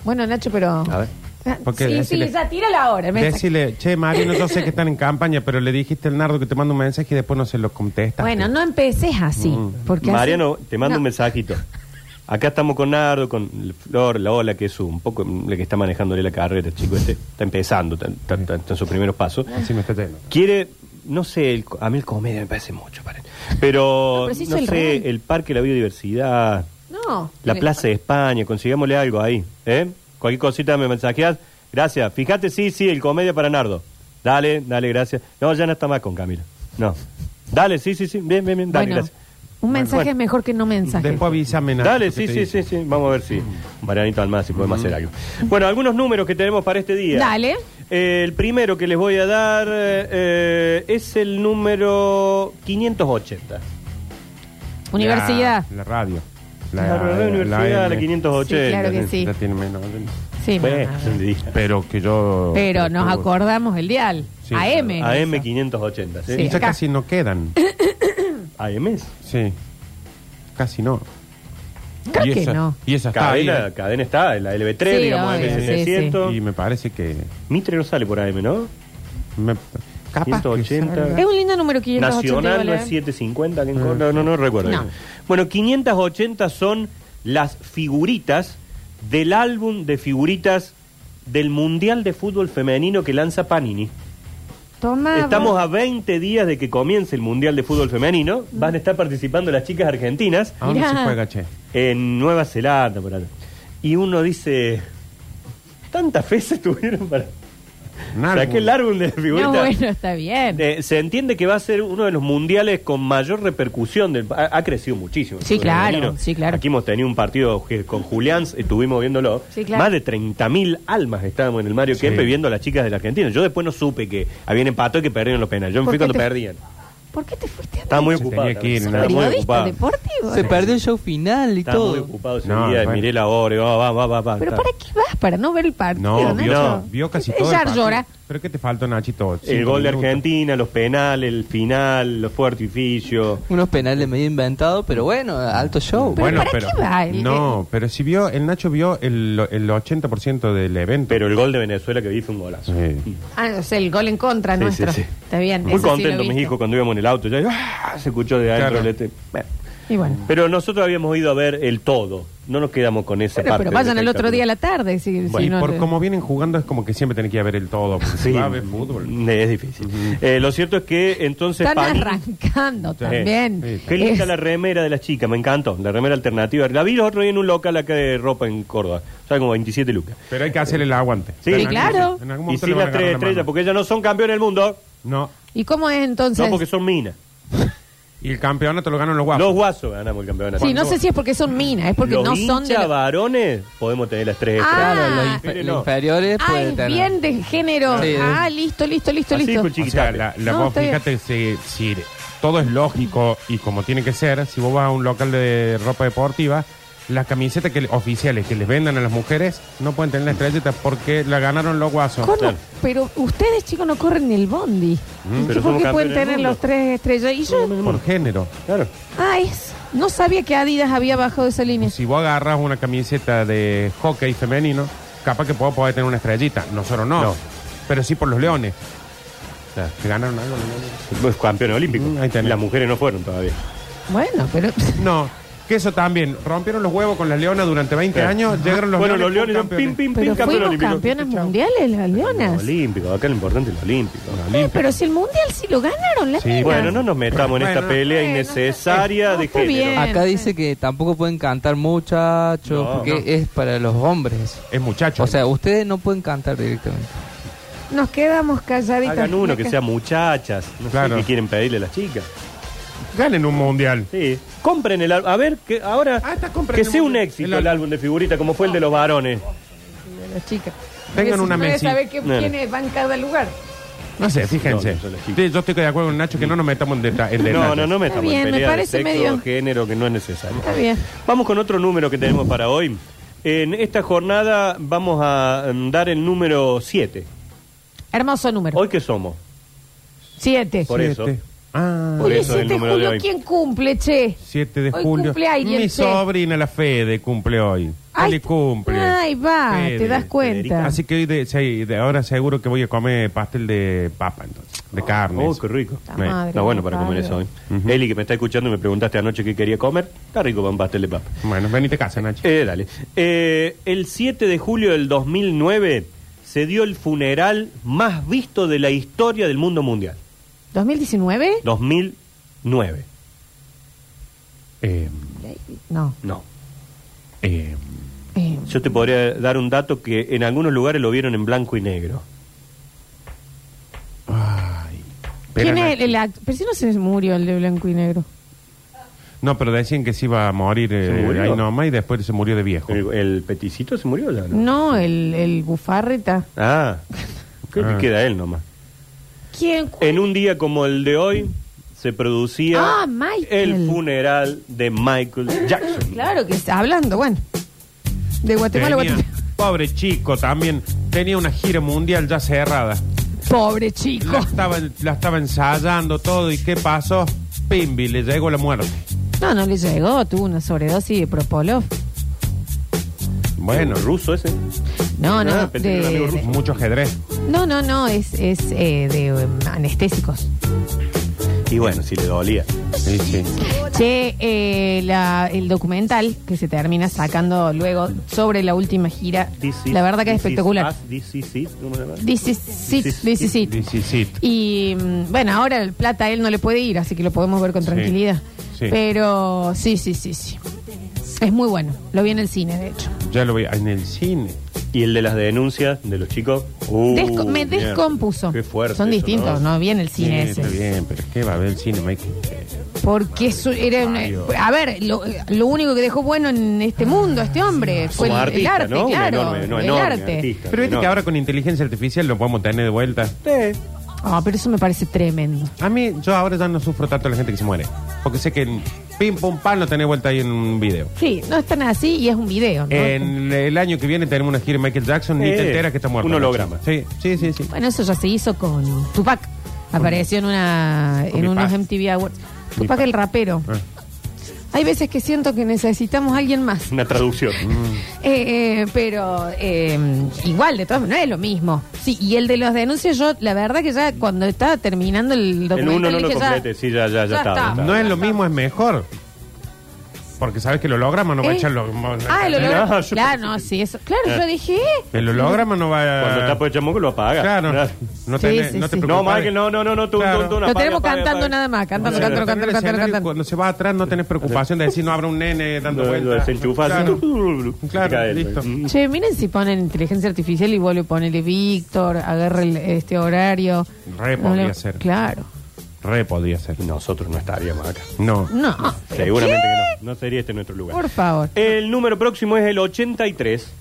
[SPEAKER 1] Bueno, Nacho, pero.
[SPEAKER 3] A ver.
[SPEAKER 1] Ah,
[SPEAKER 2] Porque
[SPEAKER 1] sí,
[SPEAKER 2] decile-
[SPEAKER 1] sí, ya tira la hora. me-
[SPEAKER 2] Decirle, che, Marino, yo sé que están en campaña, pero le dijiste al Nardo que te manda un mensaje y después no se lo contesta.
[SPEAKER 1] Bueno, no empeces así. Porque así-
[SPEAKER 3] Mm. Mariano, te mando
[SPEAKER 1] No.
[SPEAKER 3] un mensajito. Acá estamos con Nardo, con Flor, la Ola, que es un poco la que está manejándole la carrera, chico. Este está empezando, está, está- está- está en sus primeros pasos.
[SPEAKER 2] Así me está yendo.
[SPEAKER 3] Quiere, no sé, el co- a mí el comedia me parece mucho, para él. Pero,
[SPEAKER 1] No, pero sí
[SPEAKER 3] no
[SPEAKER 1] hizo el
[SPEAKER 3] sé,
[SPEAKER 1] rey.
[SPEAKER 3] el Parque de la Biodiversidad,
[SPEAKER 1] No.
[SPEAKER 3] la Plaza de España, consigámosle algo ahí. ¿eh? Cualquier cosita me mensajeas. Gracias. Fíjate, sí, sí, el comedia para Nardo. Dale, dale, gracias. No, ya no está más con Camila. No. Dale, sí, sí, sí. Bien, bien, bien. Dale,
[SPEAKER 1] Bueno,
[SPEAKER 3] gracias.
[SPEAKER 1] un mensaje
[SPEAKER 3] Bueno.
[SPEAKER 1] es mejor que no mensaje.
[SPEAKER 2] Después avísame. Nardo,
[SPEAKER 3] Dale,
[SPEAKER 2] que
[SPEAKER 3] sí,
[SPEAKER 2] te
[SPEAKER 3] sí,
[SPEAKER 2] dice.
[SPEAKER 3] sí, sí. Vamos a ver si Marianito Almaz si podemos hacer algo. Bueno, algunos números que tenemos para este día.
[SPEAKER 1] Dale.
[SPEAKER 3] Eh, el primero que les voy a dar eh, eh, es el número 580.
[SPEAKER 1] Universidad.
[SPEAKER 2] La, la radio.
[SPEAKER 3] La, universidad, la 580.
[SPEAKER 1] Sí, claro que sí.
[SPEAKER 2] La tiene menos.
[SPEAKER 1] Sí, no,
[SPEAKER 3] Bueno,
[SPEAKER 1] no, no.
[SPEAKER 3] dije.
[SPEAKER 2] Pero que yo.
[SPEAKER 1] Pero nos
[SPEAKER 2] que-
[SPEAKER 1] acordamos el dial.
[SPEAKER 2] Sí,
[SPEAKER 1] AM.
[SPEAKER 3] AM 580. ¿sí?
[SPEAKER 2] Y
[SPEAKER 1] Sí.
[SPEAKER 2] ya
[SPEAKER 1] acá.
[SPEAKER 2] casi no quedan.
[SPEAKER 1] *coughs*
[SPEAKER 3] AM es.
[SPEAKER 2] Sí. Casi no.
[SPEAKER 1] Creo
[SPEAKER 2] Y
[SPEAKER 1] que
[SPEAKER 2] esa-
[SPEAKER 1] no.
[SPEAKER 2] Y esa está ahí.
[SPEAKER 3] Cadena, cadena está, la LB3,
[SPEAKER 1] Sí,
[SPEAKER 3] digamos,
[SPEAKER 1] obvio,
[SPEAKER 3] AM700.
[SPEAKER 2] Y me parece que.
[SPEAKER 3] Mitre no sale por AM, ¿no?
[SPEAKER 2] Me, capaz que
[SPEAKER 3] 180.
[SPEAKER 2] salga.
[SPEAKER 1] Es un lindo número 580
[SPEAKER 3] Nacional
[SPEAKER 1] igual,
[SPEAKER 3] no
[SPEAKER 1] ¿eh?
[SPEAKER 3] es 750, que en Córdoba, no, no recuerdo.
[SPEAKER 1] No.
[SPEAKER 3] Bueno, 580 son las figuritas del álbum de figuritas del Mundial de Fútbol Femenino que lanza Panini.
[SPEAKER 1] Ah, Toma.
[SPEAKER 3] Estamos
[SPEAKER 1] vos.
[SPEAKER 3] a 20 días de que comience el Mundial de Fútbol Femenino.
[SPEAKER 1] Mm.
[SPEAKER 3] Van a estar participando las chicas argentinas
[SPEAKER 2] ¿A dónde
[SPEAKER 1] Mirá.
[SPEAKER 2] se juega, che?
[SPEAKER 3] en Nueva Zelanda, por allá. Y uno dice, ¿tantas fe se *laughs* tuvieron para...?
[SPEAKER 2] Un árbol.
[SPEAKER 3] Saqué el álbum de figuritas.
[SPEAKER 1] No, bueno, está bien.
[SPEAKER 3] Eh, se entiende que va a ser uno de los mundiales con mayor repercusión. Del, ha, ha crecido muchísimo. el
[SPEAKER 1] Sí,
[SPEAKER 3] fútbol
[SPEAKER 1] claro,
[SPEAKER 3] femenino.
[SPEAKER 1] sí, claro.
[SPEAKER 3] Aquí hemos tenido un partido que con Julián, estuvimos viéndolo.
[SPEAKER 1] Sí, claro.
[SPEAKER 3] Más de 30.000 almas estábamos en el Mario
[SPEAKER 2] Sí.
[SPEAKER 3] Kempe viendo a las chicas de la Argentina. Yo después no supe que habían empatado y que perdieron los penales. Yo me
[SPEAKER 1] ¿Por
[SPEAKER 3] fui
[SPEAKER 1] qué
[SPEAKER 3] cuando
[SPEAKER 1] te-
[SPEAKER 3] perdían.
[SPEAKER 1] ¿Por qué te fuiste a
[SPEAKER 3] Estaba muy
[SPEAKER 2] Se
[SPEAKER 3] ocupada.
[SPEAKER 2] tenía que ir,
[SPEAKER 3] estaba
[SPEAKER 2] nada.
[SPEAKER 3] muy
[SPEAKER 1] periodista
[SPEAKER 3] ocupada.
[SPEAKER 1] deportivo?
[SPEAKER 5] Se perdió el show final y
[SPEAKER 3] Estaba muy
[SPEAKER 5] todo.
[SPEAKER 3] ocupado ese
[SPEAKER 2] No,
[SPEAKER 3] día.
[SPEAKER 2] bueno.
[SPEAKER 3] Miré la hora. y va, va, va, va, va,
[SPEAKER 1] ¿Pero
[SPEAKER 3] está.
[SPEAKER 1] para qué vas? ¿Para no ver el partido,
[SPEAKER 2] No, vio,
[SPEAKER 1] Nacho?
[SPEAKER 2] vio casi
[SPEAKER 1] Ella
[SPEAKER 2] todo. el partido.
[SPEAKER 1] llora.
[SPEAKER 2] ¿Pero qué te faltó, Nachito?
[SPEAKER 3] El
[SPEAKER 2] Cinco
[SPEAKER 3] gol de
[SPEAKER 2] minutos.
[SPEAKER 3] Argentina, los penales, el final, los fue artificio.
[SPEAKER 5] Unos penales medio inventados, pero bueno, alto show.
[SPEAKER 1] Pero- ¿para qué va? El-
[SPEAKER 2] No, pero si vio, el Nacho vio el, el 80% del evento.
[SPEAKER 3] Pero el gol de Venezuela que vi fue un golazo.
[SPEAKER 2] Sí.
[SPEAKER 1] Ah, o sea, el gol en contra
[SPEAKER 3] Sí,
[SPEAKER 1] nuestro.
[SPEAKER 3] sí, sí.
[SPEAKER 1] Está bien.
[SPEAKER 3] Muy
[SPEAKER 1] eso sí lo
[SPEAKER 3] contento mis
[SPEAKER 1] viste.
[SPEAKER 3] hijos cuando íbamos en el auto. Ya, ¡ah! se escuchó de adentro
[SPEAKER 2] Claro.
[SPEAKER 3] el este. Bueno.
[SPEAKER 1] Y bueno.
[SPEAKER 3] Pero nosotros habíamos ido a ver el todo. No nos quedamos con esa
[SPEAKER 1] Pero,
[SPEAKER 3] parte.
[SPEAKER 1] pero vayan
[SPEAKER 3] del
[SPEAKER 1] el otro día a
[SPEAKER 3] espectáculo.
[SPEAKER 1] la tarde. Si, si
[SPEAKER 2] y
[SPEAKER 1] no
[SPEAKER 2] por
[SPEAKER 1] te-
[SPEAKER 2] cómo vienen jugando es como que siempre tenés que ir a ver el todo. porque
[SPEAKER 3] Sí.
[SPEAKER 2] se va a ver fútbol.
[SPEAKER 3] Mm, Es difícil. Eh, lo cierto es que entonces.
[SPEAKER 1] Están
[SPEAKER 3] Panini-
[SPEAKER 1] arrancando
[SPEAKER 2] Sí.
[SPEAKER 1] también.
[SPEAKER 2] Sí, sí.
[SPEAKER 3] Qué linda
[SPEAKER 1] Es-
[SPEAKER 3] la remera de las chicas, me encantó. La remera alternativa. La vi el otro día en un local acá de ropa en Córdoba. O sea, como 27 lucas.
[SPEAKER 2] Pero hay que hacer el aguante.
[SPEAKER 3] Sí.
[SPEAKER 2] En
[SPEAKER 3] Sí,
[SPEAKER 2] algún-
[SPEAKER 1] claro.
[SPEAKER 2] en algún
[SPEAKER 3] Y
[SPEAKER 2] momento
[SPEAKER 3] sin
[SPEAKER 2] le van
[SPEAKER 3] las
[SPEAKER 2] a agarrar
[SPEAKER 3] tres
[SPEAKER 2] la mano.
[SPEAKER 3] estrellas, porque ellas no son campeones del mundo.
[SPEAKER 2] No.
[SPEAKER 1] ¿Y cómo es entonces?
[SPEAKER 3] No, porque son minas.
[SPEAKER 2] Y el campeonato lo ganan los guapos.
[SPEAKER 3] Los guasos ganamos el campeonato.
[SPEAKER 1] Sí, no sé si es porque son minas, es porque
[SPEAKER 3] Los
[SPEAKER 1] no son de.
[SPEAKER 3] hinchas
[SPEAKER 1] la-
[SPEAKER 3] varones podemos tener las tres estrellas.
[SPEAKER 1] Ah.
[SPEAKER 5] Claro, los, infe-
[SPEAKER 3] Pero
[SPEAKER 5] los
[SPEAKER 3] no.
[SPEAKER 5] inferiores
[SPEAKER 1] Ah,
[SPEAKER 5] pueden
[SPEAKER 1] es
[SPEAKER 5] tener.
[SPEAKER 1] bien de género.
[SPEAKER 5] Sí, es-
[SPEAKER 1] ah, listo, listo, listo,
[SPEAKER 3] Así, pues,
[SPEAKER 1] listo.
[SPEAKER 3] con
[SPEAKER 2] O sea,
[SPEAKER 3] chiquitape.
[SPEAKER 2] la, la
[SPEAKER 1] No,
[SPEAKER 2] vos
[SPEAKER 1] está bien.
[SPEAKER 2] fíjate si, si todo es lógico y como tiene que ser, si vos vas a un local de ropa deportiva, las camisetas que, le- oficiales que les vendan a las mujeres no pueden tener la estrellita porque la ganaron los guasos.
[SPEAKER 1] ¿Cómo?
[SPEAKER 3] Claro.
[SPEAKER 1] Pero ustedes, chicos, no corren ni el bondi.
[SPEAKER 3] Mm, Pero
[SPEAKER 1] ¿Por
[SPEAKER 3] somos
[SPEAKER 1] qué
[SPEAKER 3] campeones
[SPEAKER 1] pueden
[SPEAKER 3] del
[SPEAKER 1] tener
[SPEAKER 3] mundo.
[SPEAKER 1] los tres estrellas? Y yo,
[SPEAKER 2] Por género.
[SPEAKER 3] Claro.
[SPEAKER 1] ah, es- no sabía que Adidas había bajado esa línea.
[SPEAKER 2] Pues Si vos agarras una camiseta de hockey femenino, capaz que puedo poder tener una estrellita. Nosotros no.
[SPEAKER 3] No.
[SPEAKER 2] Pero sí por los leones. Que ganaron algo los leones.
[SPEAKER 3] Pues campeones olímpicos.
[SPEAKER 2] Mm, ahí tenés.
[SPEAKER 3] Las mujeres no fueron todavía.
[SPEAKER 1] Bueno, pero. *laughs*
[SPEAKER 2] No, que eso también. Rompieron los huevos con las leonas durante 20 años. Llegaron los
[SPEAKER 3] bueno, los
[SPEAKER 2] leones. fueron
[SPEAKER 3] leones eran pim,
[SPEAKER 2] campeones.
[SPEAKER 3] pim, pim,
[SPEAKER 1] Pero
[SPEAKER 3] campeones
[SPEAKER 1] fuimos
[SPEAKER 3] olímpicos.
[SPEAKER 1] campeones mundiales, las leonas.
[SPEAKER 3] Olímpicos, acá lo importante es lo olímpico.
[SPEAKER 1] Eh, pero si el mundial sí lo ganaron, las
[SPEAKER 2] Sí,
[SPEAKER 1] nenas.
[SPEAKER 3] Bueno, no nos metamos en
[SPEAKER 2] Bueno,
[SPEAKER 3] esta pelea
[SPEAKER 1] bueno,
[SPEAKER 3] innecesaria
[SPEAKER 1] no,
[SPEAKER 3] de
[SPEAKER 1] está
[SPEAKER 3] género.
[SPEAKER 1] bien.
[SPEAKER 5] Acá
[SPEAKER 1] Sí.
[SPEAKER 5] dice que tampoco pueden cantar muchachos,
[SPEAKER 3] No,
[SPEAKER 5] porque
[SPEAKER 3] no.
[SPEAKER 5] es para los hombres.
[SPEAKER 2] Es muchacho.
[SPEAKER 5] O sea, ustedes no pueden cantar directamente.
[SPEAKER 1] Nos quedamos calladitas.
[SPEAKER 3] Hagan uno que
[SPEAKER 1] Acá.
[SPEAKER 3] sea muchachas. No
[SPEAKER 2] Claro.
[SPEAKER 3] sé qué quieren pedirle a las chicas.
[SPEAKER 2] ganen un mundial.
[SPEAKER 3] Sí. Compren el álbum. A ver, que ahora.
[SPEAKER 2] Ah, está, compren
[SPEAKER 3] que
[SPEAKER 2] el
[SPEAKER 3] sea un
[SPEAKER 2] álbum.
[SPEAKER 3] éxito
[SPEAKER 2] El
[SPEAKER 3] el,
[SPEAKER 2] álbum.
[SPEAKER 3] álbum de figuritas, como fue el de los varones.
[SPEAKER 1] Las chicas.
[SPEAKER 2] Tengan una mesita.
[SPEAKER 1] saber qué,
[SPEAKER 3] Nena.
[SPEAKER 1] quiénes van cada lugar.
[SPEAKER 2] No sé, fíjense.
[SPEAKER 3] No, yo les digo.
[SPEAKER 2] Sí, yo estoy de acuerdo con Nacho que no nos metamos en deta- en detalles.
[SPEAKER 3] No, no, no metamos
[SPEAKER 1] bien,
[SPEAKER 3] en
[SPEAKER 1] me
[SPEAKER 3] pelea de
[SPEAKER 1] parece
[SPEAKER 3] sexo
[SPEAKER 1] medio-
[SPEAKER 3] o género que no es necesario.
[SPEAKER 1] Está bien.
[SPEAKER 3] Vamos con otro número que tenemos para hoy. En esta jornada vamos a mm, dar el número 7.
[SPEAKER 1] Hermoso número.
[SPEAKER 3] ¿Hoy qué somos?
[SPEAKER 1] Siete.
[SPEAKER 3] Por eso.
[SPEAKER 2] Siete. Ah,
[SPEAKER 3] Por
[SPEAKER 1] Oye,
[SPEAKER 3] eso es
[SPEAKER 1] 7
[SPEAKER 3] el
[SPEAKER 1] de
[SPEAKER 3] número de
[SPEAKER 1] julio,
[SPEAKER 3] hoy.
[SPEAKER 1] ¿quién cumple, che?
[SPEAKER 2] 7 de
[SPEAKER 1] Hoy
[SPEAKER 2] julio.
[SPEAKER 1] cumple alguien, che.
[SPEAKER 2] Mi sobrina, la Fede, cumple hoy. le cumple.
[SPEAKER 1] Ay, va,
[SPEAKER 2] Fede.
[SPEAKER 1] te das cuenta.
[SPEAKER 3] Federica.
[SPEAKER 2] Así que hoy de, sí, de ahora seguro que voy a comer pastel de papa, entonces. De carne.
[SPEAKER 3] Oh, qué rico.
[SPEAKER 1] La madre
[SPEAKER 3] no, bueno,
[SPEAKER 1] que
[SPEAKER 3] para
[SPEAKER 1] parió.
[SPEAKER 3] comer eso hoy. Eli, que me está escuchando y me preguntaste anoche qué quería comer. Está rico con pastel de papa.
[SPEAKER 2] Bueno, venite a casa, Nacho.
[SPEAKER 3] Eh, dale. Eh, el 7 de julio del 2009 se dio el funeral más visto de la historia del mundo mundial.
[SPEAKER 1] ¿2019?
[SPEAKER 3] 2009.
[SPEAKER 2] Eh,
[SPEAKER 1] No.
[SPEAKER 3] No.
[SPEAKER 2] eh,
[SPEAKER 1] Eh,
[SPEAKER 3] Yo te podría dar un dato que en algunos lugares lo vieron en blanco y negro.
[SPEAKER 2] ay. Pero
[SPEAKER 1] ¿Quién
[SPEAKER 2] Nacho-
[SPEAKER 1] es el, el act- Pero si no se murió el de blanco y negro.
[SPEAKER 2] No, pero decían que se iba a morir eh,
[SPEAKER 3] murió?
[SPEAKER 2] ahí nomás y después se murió de viejo.
[SPEAKER 3] ¿El, el peticito se murió ya? No.
[SPEAKER 1] No, el, el bufarreta.
[SPEAKER 3] Ah, creo
[SPEAKER 2] Ah.
[SPEAKER 3] que queda él nomás.
[SPEAKER 1] ¿Quién? cu-
[SPEAKER 3] En un día como el de hoy se producía
[SPEAKER 1] Ah, Michael.
[SPEAKER 3] el funeral de Michael Jackson.
[SPEAKER 1] Claro que está hablando, bueno. De Guatemala, a
[SPEAKER 2] Tenía-
[SPEAKER 1] Guatemala.
[SPEAKER 2] pobre chico también. Tenía una gira mundial ya cerrada.
[SPEAKER 1] Pobre chico.
[SPEAKER 2] La estaba, la estaba ensayando todo y ¿qué pasó? Pimbi, le llegó la muerte.
[SPEAKER 1] No, no le llegó, tuvo una sobredosis de propolov.
[SPEAKER 2] Bueno, Ru-
[SPEAKER 3] ruso ese.
[SPEAKER 1] No, no,
[SPEAKER 3] Ah, pensé que era
[SPEAKER 1] de-
[SPEAKER 3] amigo
[SPEAKER 1] de-
[SPEAKER 3] ruso.
[SPEAKER 2] mucho ajedrez.
[SPEAKER 1] no, no, no, es, es eh, de em, anestésicos.
[SPEAKER 3] Y bueno, si le dolía.
[SPEAKER 2] Sí, sí.
[SPEAKER 1] Che, eh, la- el documental que se termina sacando luego sobre la última gira,
[SPEAKER 3] This is-
[SPEAKER 1] la verdad que es
[SPEAKER 3] this is
[SPEAKER 1] espectacular.
[SPEAKER 3] us, this is it, ¿cómo se llama?
[SPEAKER 1] This is it, this is it.
[SPEAKER 2] Diecisit.
[SPEAKER 1] Y mm, bueno, ahora el plata él no le puede ir, así que lo podemos ver con
[SPEAKER 2] Sí,
[SPEAKER 1] tranquilidad.
[SPEAKER 2] sí.
[SPEAKER 1] Pero sí, sí, sí, sí. Es muy bueno. Lo vi en el cine, de hecho.
[SPEAKER 2] Ya lo vi en el cine.
[SPEAKER 3] Y el de las denuncias de los chicos. Uh,
[SPEAKER 1] Desco- me
[SPEAKER 3] mierda.
[SPEAKER 1] descompuso.
[SPEAKER 3] Qué fuerte.
[SPEAKER 1] Son
[SPEAKER 3] eso,
[SPEAKER 1] distintos, ¿no? Vi en el
[SPEAKER 2] Sí,
[SPEAKER 1] cine
[SPEAKER 2] está
[SPEAKER 1] ese.
[SPEAKER 2] bien, pero ¿qué va a ver el cine, Mike?
[SPEAKER 1] Porque eso era una-
[SPEAKER 2] Mario.
[SPEAKER 1] A ver, lo, lo único que dejó bueno en este mundo este hombre fue el,
[SPEAKER 3] Como
[SPEAKER 1] el
[SPEAKER 3] artista,
[SPEAKER 1] arte,
[SPEAKER 3] ¿no? Un
[SPEAKER 1] claro.
[SPEAKER 3] enorme, no,
[SPEAKER 1] el
[SPEAKER 3] enorme
[SPEAKER 1] arte.
[SPEAKER 3] artista.
[SPEAKER 2] Pero viste
[SPEAKER 3] No.
[SPEAKER 2] que ahora con inteligencia artificial lo podemos tener de vuelta.
[SPEAKER 1] Ah, pero eso me parece tremendo.
[SPEAKER 2] A mí, yo ahora ya no sufro tanto la gente que se muere. Porque sé que en pim, pum, pan lo tenés vuelta ahí en un video.
[SPEAKER 1] Sí, no es tan así y es un video, ¿no?
[SPEAKER 2] En el año que viene tenemos una gira de Michael Jackson y
[SPEAKER 3] Eh,
[SPEAKER 2] te enteras que está muerto.
[SPEAKER 3] un holograma.
[SPEAKER 2] Sí, sí, sí. sí.
[SPEAKER 1] Bueno, eso ya se hizo con Tupac. Apareció en una
[SPEAKER 2] Con
[SPEAKER 1] en
[SPEAKER 2] mi
[SPEAKER 1] unos
[SPEAKER 2] paz.
[SPEAKER 1] MTV Awards.
[SPEAKER 2] Mi
[SPEAKER 1] Tupac
[SPEAKER 2] paz.
[SPEAKER 1] el rapero.
[SPEAKER 2] Ah.
[SPEAKER 1] Hay veces que siento que necesitamos a alguien más.
[SPEAKER 3] *laughs*
[SPEAKER 2] *laughs*
[SPEAKER 3] Una traducción.
[SPEAKER 1] Eh, eh, pero eh, igual, de todas maneras, es lo mismo. Sí, y el de los denuncias, yo la verdad que ya cuando estaba terminando el
[SPEAKER 3] En uno
[SPEAKER 1] documental
[SPEAKER 3] no lo
[SPEAKER 1] dije, ya-
[SPEAKER 3] complete, sí, ya, ya, ya,
[SPEAKER 1] ya
[SPEAKER 3] está, ya
[SPEAKER 1] está.
[SPEAKER 3] está.
[SPEAKER 2] No es lo mismo, es mejor. Porque sabes que el holograma no va a
[SPEAKER 1] ¿Eh?
[SPEAKER 2] echar lo-
[SPEAKER 1] Ah, el
[SPEAKER 3] No,
[SPEAKER 1] holograma.
[SPEAKER 3] yo
[SPEAKER 1] claro,
[SPEAKER 3] pensé
[SPEAKER 1] no,
[SPEAKER 3] que-
[SPEAKER 1] sí, eso. Claro, yo dije. eh,
[SPEAKER 2] El holograma no va a.
[SPEAKER 3] Cuando está por el chamuco lo apaga.
[SPEAKER 2] Claro, no,
[SPEAKER 1] Sí,
[SPEAKER 2] tenés-
[SPEAKER 1] sí,
[SPEAKER 2] no te
[SPEAKER 1] sí.
[SPEAKER 3] No,
[SPEAKER 2] preocupes.
[SPEAKER 3] Michael, no, no, no, no, tú,
[SPEAKER 2] Claro.
[SPEAKER 3] tú, tú, no,
[SPEAKER 1] Lo
[SPEAKER 3] apaga,
[SPEAKER 1] tenemos
[SPEAKER 3] apaga,
[SPEAKER 1] cantando
[SPEAKER 3] apaga.
[SPEAKER 1] nada más, cantando,
[SPEAKER 3] Sí,
[SPEAKER 1] cantando,
[SPEAKER 2] Tener el
[SPEAKER 1] cantando, cantando,
[SPEAKER 2] escenario,
[SPEAKER 1] cantando.
[SPEAKER 2] Cuando se va atrás no tenés preocupación de decir no habrá un nene dando
[SPEAKER 3] Lo-
[SPEAKER 2] vueltas.
[SPEAKER 3] Lo desenchufás.
[SPEAKER 2] Claro.
[SPEAKER 3] *laughs*
[SPEAKER 2] Claro,
[SPEAKER 3] Cae el-
[SPEAKER 2] listo.
[SPEAKER 3] Mm.
[SPEAKER 1] Che, miren si ponen inteligencia artificial y vuelve a ponerle Víctor, agarre el- este horario.
[SPEAKER 2] Re
[SPEAKER 1] No le-
[SPEAKER 2] podría ser.
[SPEAKER 1] Claro.
[SPEAKER 2] Re podría ser.
[SPEAKER 3] Nosotros no estaríamos acá.
[SPEAKER 2] No.
[SPEAKER 1] No.
[SPEAKER 3] Seguramente que no. No sería este nuestro lugar.
[SPEAKER 1] Por favor.
[SPEAKER 3] El número próximo es el 83.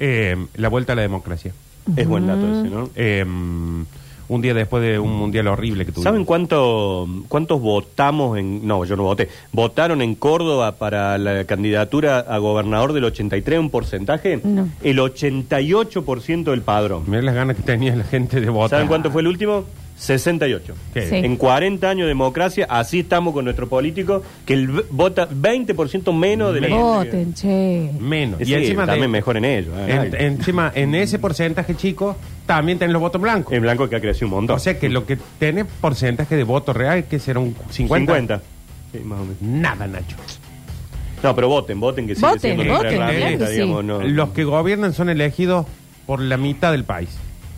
[SPEAKER 2] Eh, la vuelta a la democracia.
[SPEAKER 3] Es buen dato ese, ¿no?
[SPEAKER 2] Eh, un día después de un mundial horrible que tuvimos.
[SPEAKER 3] ¿Saben cuánto, cuántos votamos en.? No, yo no voté. ¿Votaron en Córdoba para la candidatura a gobernador del 83 un porcentaje?
[SPEAKER 1] No.
[SPEAKER 3] El 88% del padrón.
[SPEAKER 2] Mirá las ganas que tenía la gente de votar.
[SPEAKER 3] ¿Saben cuánto fue el último? 68.
[SPEAKER 2] ¿Qué?
[SPEAKER 1] Sí.
[SPEAKER 3] En 40 años de democracia, así estamos con nuestro político, que el v- vota 20% menos de la gente.
[SPEAKER 1] Voten, che.
[SPEAKER 2] Menos.
[SPEAKER 3] Y
[SPEAKER 2] y encima de-
[SPEAKER 3] Eh, también mejor en ello. ¿eh?
[SPEAKER 2] en- encima, en ese porcentaje, chicos, también tenés los votos blancos.
[SPEAKER 3] En blanco que ha crecido un montón.
[SPEAKER 2] O sea que lo que tenés porcentaje de voto real, que será un 50.
[SPEAKER 3] 50. Sí, más o menos.
[SPEAKER 2] Nada, Nacho.
[SPEAKER 3] No, pero voten, voten que sigue
[SPEAKER 1] Voten,
[SPEAKER 3] siendo nuestra
[SPEAKER 1] voten,
[SPEAKER 3] herramienta,
[SPEAKER 2] claro
[SPEAKER 1] que sí.
[SPEAKER 3] digamos, no.
[SPEAKER 2] Los que gobiernan son elegidos por la mitad del país.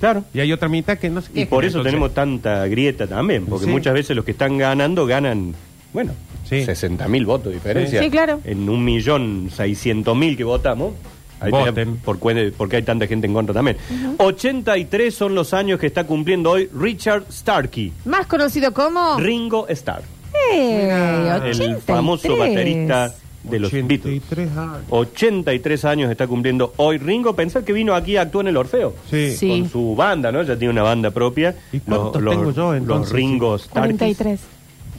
[SPEAKER 3] Claro.
[SPEAKER 2] Y hay otra mitad que no se
[SPEAKER 3] Y
[SPEAKER 2] quejan,
[SPEAKER 3] por eso
[SPEAKER 2] entonces.
[SPEAKER 3] tenemos tanta grieta también, porque
[SPEAKER 2] Sí.
[SPEAKER 3] muchas veces los que están ganando ganan, bueno,
[SPEAKER 2] Sí.
[SPEAKER 3] 60 mil votos de diferencia.
[SPEAKER 1] Sí. Sí, claro.
[SPEAKER 3] En un millón seiscientos mil que votamos. Ahí
[SPEAKER 2] Voten.
[SPEAKER 3] tenés por cué- porque hay tanta gente en contra también. 83 son los años que está cumpliendo hoy Richard Starkey,
[SPEAKER 1] Más conocido
[SPEAKER 2] Oh.
[SPEAKER 1] como.
[SPEAKER 3] Ringo Starr,
[SPEAKER 1] Ey, 83.
[SPEAKER 3] el famoso baterista de los
[SPEAKER 2] 83
[SPEAKER 3] Beatles.
[SPEAKER 2] años.
[SPEAKER 3] 83 años está cumpliendo hoy Ringo. Pensar que vino aquí a actuar en el Orfeo.
[SPEAKER 2] Sí.
[SPEAKER 1] Sí.
[SPEAKER 3] Con su banda, ¿no? Ya tiene una banda propia.
[SPEAKER 2] ¿Y cuántos tengo yo, entonces?
[SPEAKER 3] Los Ringos.
[SPEAKER 1] 43.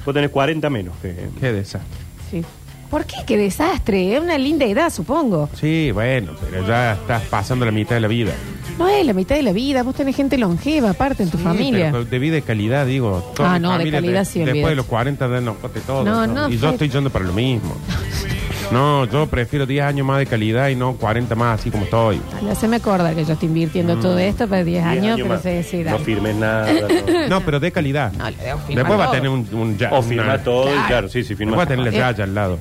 [SPEAKER 3] Vos tenés 40 menos. que-
[SPEAKER 2] Qué desastre.
[SPEAKER 1] Sí. ¿Por qué? Qué desastre. Es una linda edad, supongo.
[SPEAKER 2] Sí, bueno, pero ya estás pasando la mitad de la vida.
[SPEAKER 1] No es la mitad de la vida. Vos tenés gente longeva, aparte, en tu
[SPEAKER 2] Sí,
[SPEAKER 1] familia.
[SPEAKER 2] pero de vida de calidad, digo.
[SPEAKER 1] Ah,
[SPEAKER 2] mi
[SPEAKER 1] no, de
[SPEAKER 2] familia
[SPEAKER 1] calidad
[SPEAKER 2] de-
[SPEAKER 1] sí,
[SPEAKER 2] Después
[SPEAKER 1] olvídate.
[SPEAKER 2] de los 40 dan los cotes todo.
[SPEAKER 1] No,
[SPEAKER 2] ¿no?
[SPEAKER 1] no,
[SPEAKER 2] y yo
[SPEAKER 1] Fede.
[SPEAKER 2] estoy yendo para lo mismo. No, yo prefiero 10 años más de calidad y no 40 más así como estoy.
[SPEAKER 1] Ay, Haceme acordar que yo estoy invirtiendo
[SPEAKER 2] Mm.
[SPEAKER 1] todo esto para 10
[SPEAKER 3] 10
[SPEAKER 1] años,
[SPEAKER 3] años
[SPEAKER 1] pero
[SPEAKER 3] más.
[SPEAKER 1] se sí,
[SPEAKER 3] no
[SPEAKER 1] dale. *laughs*
[SPEAKER 3] firmes nada. no.
[SPEAKER 2] No, pero de calidad.
[SPEAKER 1] No, le debo firmar
[SPEAKER 2] Después va a
[SPEAKER 1] todo. Eh.
[SPEAKER 2] tener un, un ya-
[SPEAKER 3] O
[SPEAKER 2] una-
[SPEAKER 3] firma todo y claro, sí, sí,
[SPEAKER 2] Después va
[SPEAKER 3] firma.
[SPEAKER 2] a tener la yaya al lado.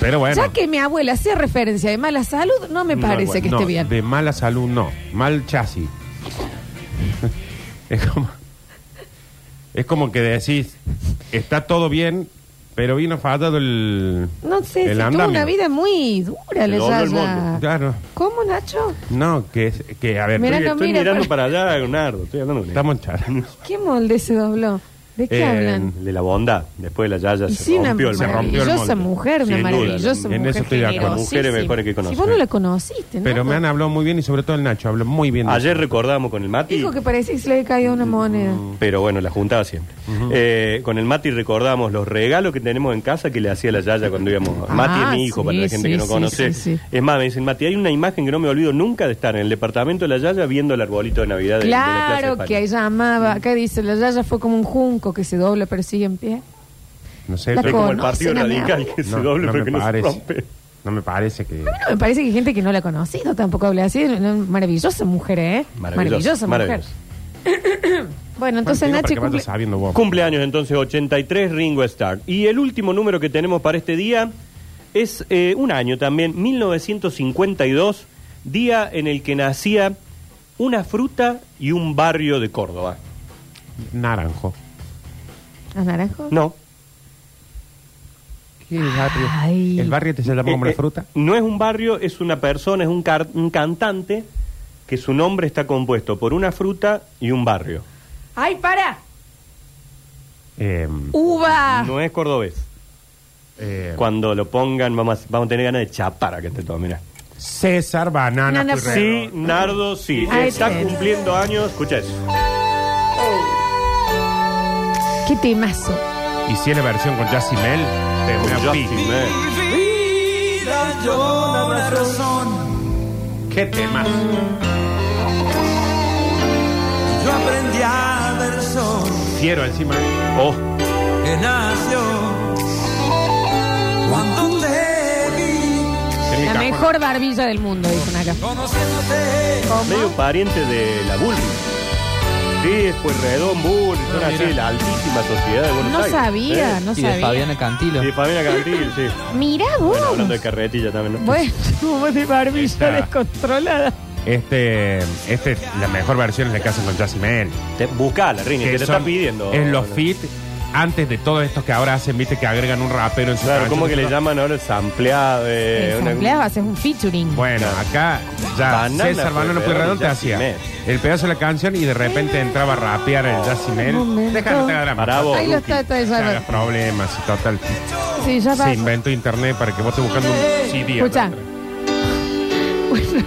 [SPEAKER 2] Pero bueno.
[SPEAKER 1] Ya que mi abuela hacía referencia de mala salud, no me
[SPEAKER 3] No,
[SPEAKER 1] parece
[SPEAKER 3] bueno,
[SPEAKER 1] que
[SPEAKER 2] no,
[SPEAKER 1] esté bien.
[SPEAKER 2] De mala salud, no. Mal chasis. *laughs* es como. Es como que decís, está todo bien, pero vino fallado el.
[SPEAKER 1] No sé, si
[SPEAKER 2] el
[SPEAKER 1] tuvo
[SPEAKER 2] andamio.
[SPEAKER 1] una vida muy dura
[SPEAKER 3] Se
[SPEAKER 1] la
[SPEAKER 3] dobló el
[SPEAKER 1] Yaya.
[SPEAKER 3] mundo.
[SPEAKER 2] Claro.
[SPEAKER 1] ¿Cómo, Nacho?
[SPEAKER 2] No, que, es- que a ver,
[SPEAKER 1] Mirá
[SPEAKER 3] Estoy,
[SPEAKER 1] que
[SPEAKER 3] estoy
[SPEAKER 1] mira,
[SPEAKER 3] mirando
[SPEAKER 1] pero-
[SPEAKER 3] para allá, Leonardo. Estoy hablando con él.
[SPEAKER 2] estamos charlando.
[SPEAKER 1] ¿Qué molde se dobló? ¿De qué
[SPEAKER 2] Eh,
[SPEAKER 1] hablan?
[SPEAKER 3] de la bondad. Después de la Yaya
[SPEAKER 1] Y
[SPEAKER 3] se
[SPEAKER 1] sí, una
[SPEAKER 3] rompió el
[SPEAKER 2] se rompió el
[SPEAKER 1] maravillosa
[SPEAKER 2] molde.
[SPEAKER 1] mujer, una
[SPEAKER 3] Sin duda,
[SPEAKER 1] maravillosa
[SPEAKER 2] en
[SPEAKER 1] mujer.
[SPEAKER 2] eso estoy de acuerdo.
[SPEAKER 1] generosísima.
[SPEAKER 3] Mujeres mejores que
[SPEAKER 1] Si
[SPEAKER 3] conocer.
[SPEAKER 1] vos no la conociste, ¿no?
[SPEAKER 2] Pero me han hablado muy bien y sobre todo el Nacho, habló muy bien. de
[SPEAKER 3] Ayer recordamos con el Mati.
[SPEAKER 1] Dijo que parecía que se le había caído
[SPEAKER 2] Mm,
[SPEAKER 1] una moneda.
[SPEAKER 3] Pero bueno, la juntaba siempre. Eh, con el Mati recordamos los regalos que tenemos en casa que le hacía la Yaya cuando íbamos.
[SPEAKER 1] Ah,
[SPEAKER 3] Mati es mi hijo,
[SPEAKER 1] sí,
[SPEAKER 3] para la gente
[SPEAKER 1] sí,
[SPEAKER 3] que no
[SPEAKER 1] sí,
[SPEAKER 3] conoce.
[SPEAKER 1] sí, sí.
[SPEAKER 3] Es más, me dicen, Mati, hay una imagen que no me olvido nunca de estar en el departamento de la Yaya viendo el arbolito de Navidad de- de, la Plaza de
[SPEAKER 1] Claro
[SPEAKER 3] España.
[SPEAKER 1] que ella amaba. Acá dice, la Yaya fue como un junco que se dobla pero sigue en pie.
[SPEAKER 2] No sé,
[SPEAKER 1] La
[SPEAKER 3] Es como el
[SPEAKER 1] Conocen
[SPEAKER 3] partido
[SPEAKER 1] a mi
[SPEAKER 3] radical
[SPEAKER 1] abuela.
[SPEAKER 3] que se
[SPEAKER 2] No,
[SPEAKER 3] doble
[SPEAKER 2] no me
[SPEAKER 3] pero que no se
[SPEAKER 2] parece.
[SPEAKER 3] rompe.
[SPEAKER 2] no me parece que.
[SPEAKER 1] Bueno, me parece que hay gente que no la ha conocido tampoco habla así. Una maravillosa mujer, ¿eh?
[SPEAKER 3] Maravilloso,
[SPEAKER 1] mujer.
[SPEAKER 3] maravilloso.
[SPEAKER 1] *clears throat* Bueno, entonces
[SPEAKER 2] Bueno, digo, para
[SPEAKER 1] Nachi
[SPEAKER 2] que vayas
[SPEAKER 1] cumple...
[SPEAKER 2] sabiendo vos.
[SPEAKER 3] Cumpleaños entonces 83 Ringo Starr. Y el último número que tenemos para este día es eh, un año también, 1952, día en el que nacía una fruta y un barrio de Córdoba.
[SPEAKER 2] Naranjo.
[SPEAKER 1] ¿A Naranjo?
[SPEAKER 3] No.
[SPEAKER 5] ¿Qué barrio?
[SPEAKER 1] Ay.
[SPEAKER 2] ¿El barrio te se llama como
[SPEAKER 3] Eh,
[SPEAKER 2] la
[SPEAKER 3] eh,
[SPEAKER 2] fruta?
[SPEAKER 3] No es un barrio, es una persona, es un, car- un cantante que su nombre está compuesto por una fruta y un barrio.
[SPEAKER 1] ¡Ay, para!
[SPEAKER 2] Eh,
[SPEAKER 1] ¡Uva!
[SPEAKER 3] No es cordobés.
[SPEAKER 2] eh,
[SPEAKER 3] Cuando lo pongan vamos a, vamos a tener ganas de chapar a que te todo, mira.
[SPEAKER 2] César Banana.
[SPEAKER 1] Nana
[SPEAKER 2] Ferrero.
[SPEAKER 3] Sí, Nardo, sí.
[SPEAKER 1] Ahí
[SPEAKER 3] Está
[SPEAKER 1] tenés.
[SPEAKER 3] cumpliendo años. Escucha eso.
[SPEAKER 1] Qué temazo.
[SPEAKER 2] Y si es la versión con Justin Mel, te voy a
[SPEAKER 3] Justin
[SPEAKER 2] pi.
[SPEAKER 3] Bieber.
[SPEAKER 2] Qué temazo.
[SPEAKER 6] Yo aprendí a ver el sol
[SPEAKER 2] Fiero encima.
[SPEAKER 3] Oh,
[SPEAKER 6] que nació cuando te vi,
[SPEAKER 2] Tiene
[SPEAKER 1] La
[SPEAKER 2] cajón.
[SPEAKER 1] mejor barbilla del mundo, dicen acá.
[SPEAKER 6] conociéndote.
[SPEAKER 3] medio pariente de la Bulbi. Sí, pues Redón, Bulbi, son así de la altísima sociedad de Buenos
[SPEAKER 1] Ah, No
[SPEAKER 3] Aires.
[SPEAKER 1] sabía,
[SPEAKER 3] Sí.
[SPEAKER 1] no
[SPEAKER 5] y de
[SPEAKER 1] sabía.
[SPEAKER 5] Fabiana Cantilo.
[SPEAKER 3] Sí, Fabiana Cantil, sí.
[SPEAKER 1] Mirá vos.
[SPEAKER 3] Bueno, hablando de carretilla también,
[SPEAKER 1] *laughs*
[SPEAKER 3] ¿no?
[SPEAKER 1] Bueno, como de barbilla
[SPEAKER 2] Está.
[SPEAKER 1] descontrolada.
[SPEAKER 2] Este, este, la mejor versión es la que hacen con Justin Mel.
[SPEAKER 3] Te- Buscala, Rini, que te
[SPEAKER 2] son-
[SPEAKER 3] está pidiendo.
[SPEAKER 2] Es los
[SPEAKER 3] Bueno.
[SPEAKER 2] fit antes de todos estos que ahora hacen, viste, que agregan un rapero en su
[SPEAKER 3] Claro,
[SPEAKER 2] canción.
[SPEAKER 3] ¿cómo que le llaman ahora? Sampleado. eh, una-
[SPEAKER 1] Desempleado, haces un featuring.
[SPEAKER 2] Bueno, acá ya
[SPEAKER 3] Banana
[SPEAKER 2] César Banano
[SPEAKER 3] fue
[SPEAKER 2] Pueyrredón
[SPEAKER 3] peor,
[SPEAKER 2] te
[SPEAKER 3] ya
[SPEAKER 2] hacía
[SPEAKER 3] Simé.
[SPEAKER 2] el pedazo de la canción y de repente entraba a rapear el Yacimel.
[SPEAKER 1] Momento.
[SPEAKER 2] Déjalo que haga drama.
[SPEAKER 3] Pará vos.
[SPEAKER 1] Ahí lo está, está,
[SPEAKER 2] No
[SPEAKER 1] ya va.
[SPEAKER 2] hagas problemas y total.
[SPEAKER 1] Sí, ya
[SPEAKER 2] Se
[SPEAKER 1] va.
[SPEAKER 2] inventó internet para que vos estés buscando un CD.
[SPEAKER 1] Escucha.
[SPEAKER 2] atrás.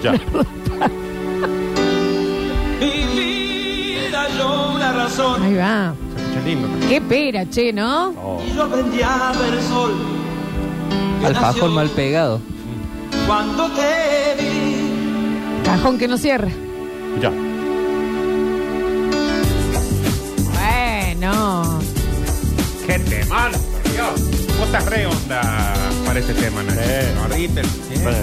[SPEAKER 3] Ya.
[SPEAKER 6] Mi vida yo una razón
[SPEAKER 1] Ahí va.
[SPEAKER 2] Escucha lindo.
[SPEAKER 1] Qué pera, che, ¿no?
[SPEAKER 3] Oh,
[SPEAKER 6] y yo aprendí a ver el sol que nació
[SPEAKER 5] Alfajor mal pegado.
[SPEAKER 6] cuando te vi,
[SPEAKER 1] Cajón que no cierra.
[SPEAKER 3] ya.
[SPEAKER 1] Bueno.
[SPEAKER 2] Qué tema, por Dios. Vos estás re onda para este tema, Nacho.
[SPEAKER 3] Eh.
[SPEAKER 2] No, Ritter, ¿eh?
[SPEAKER 3] Bueno,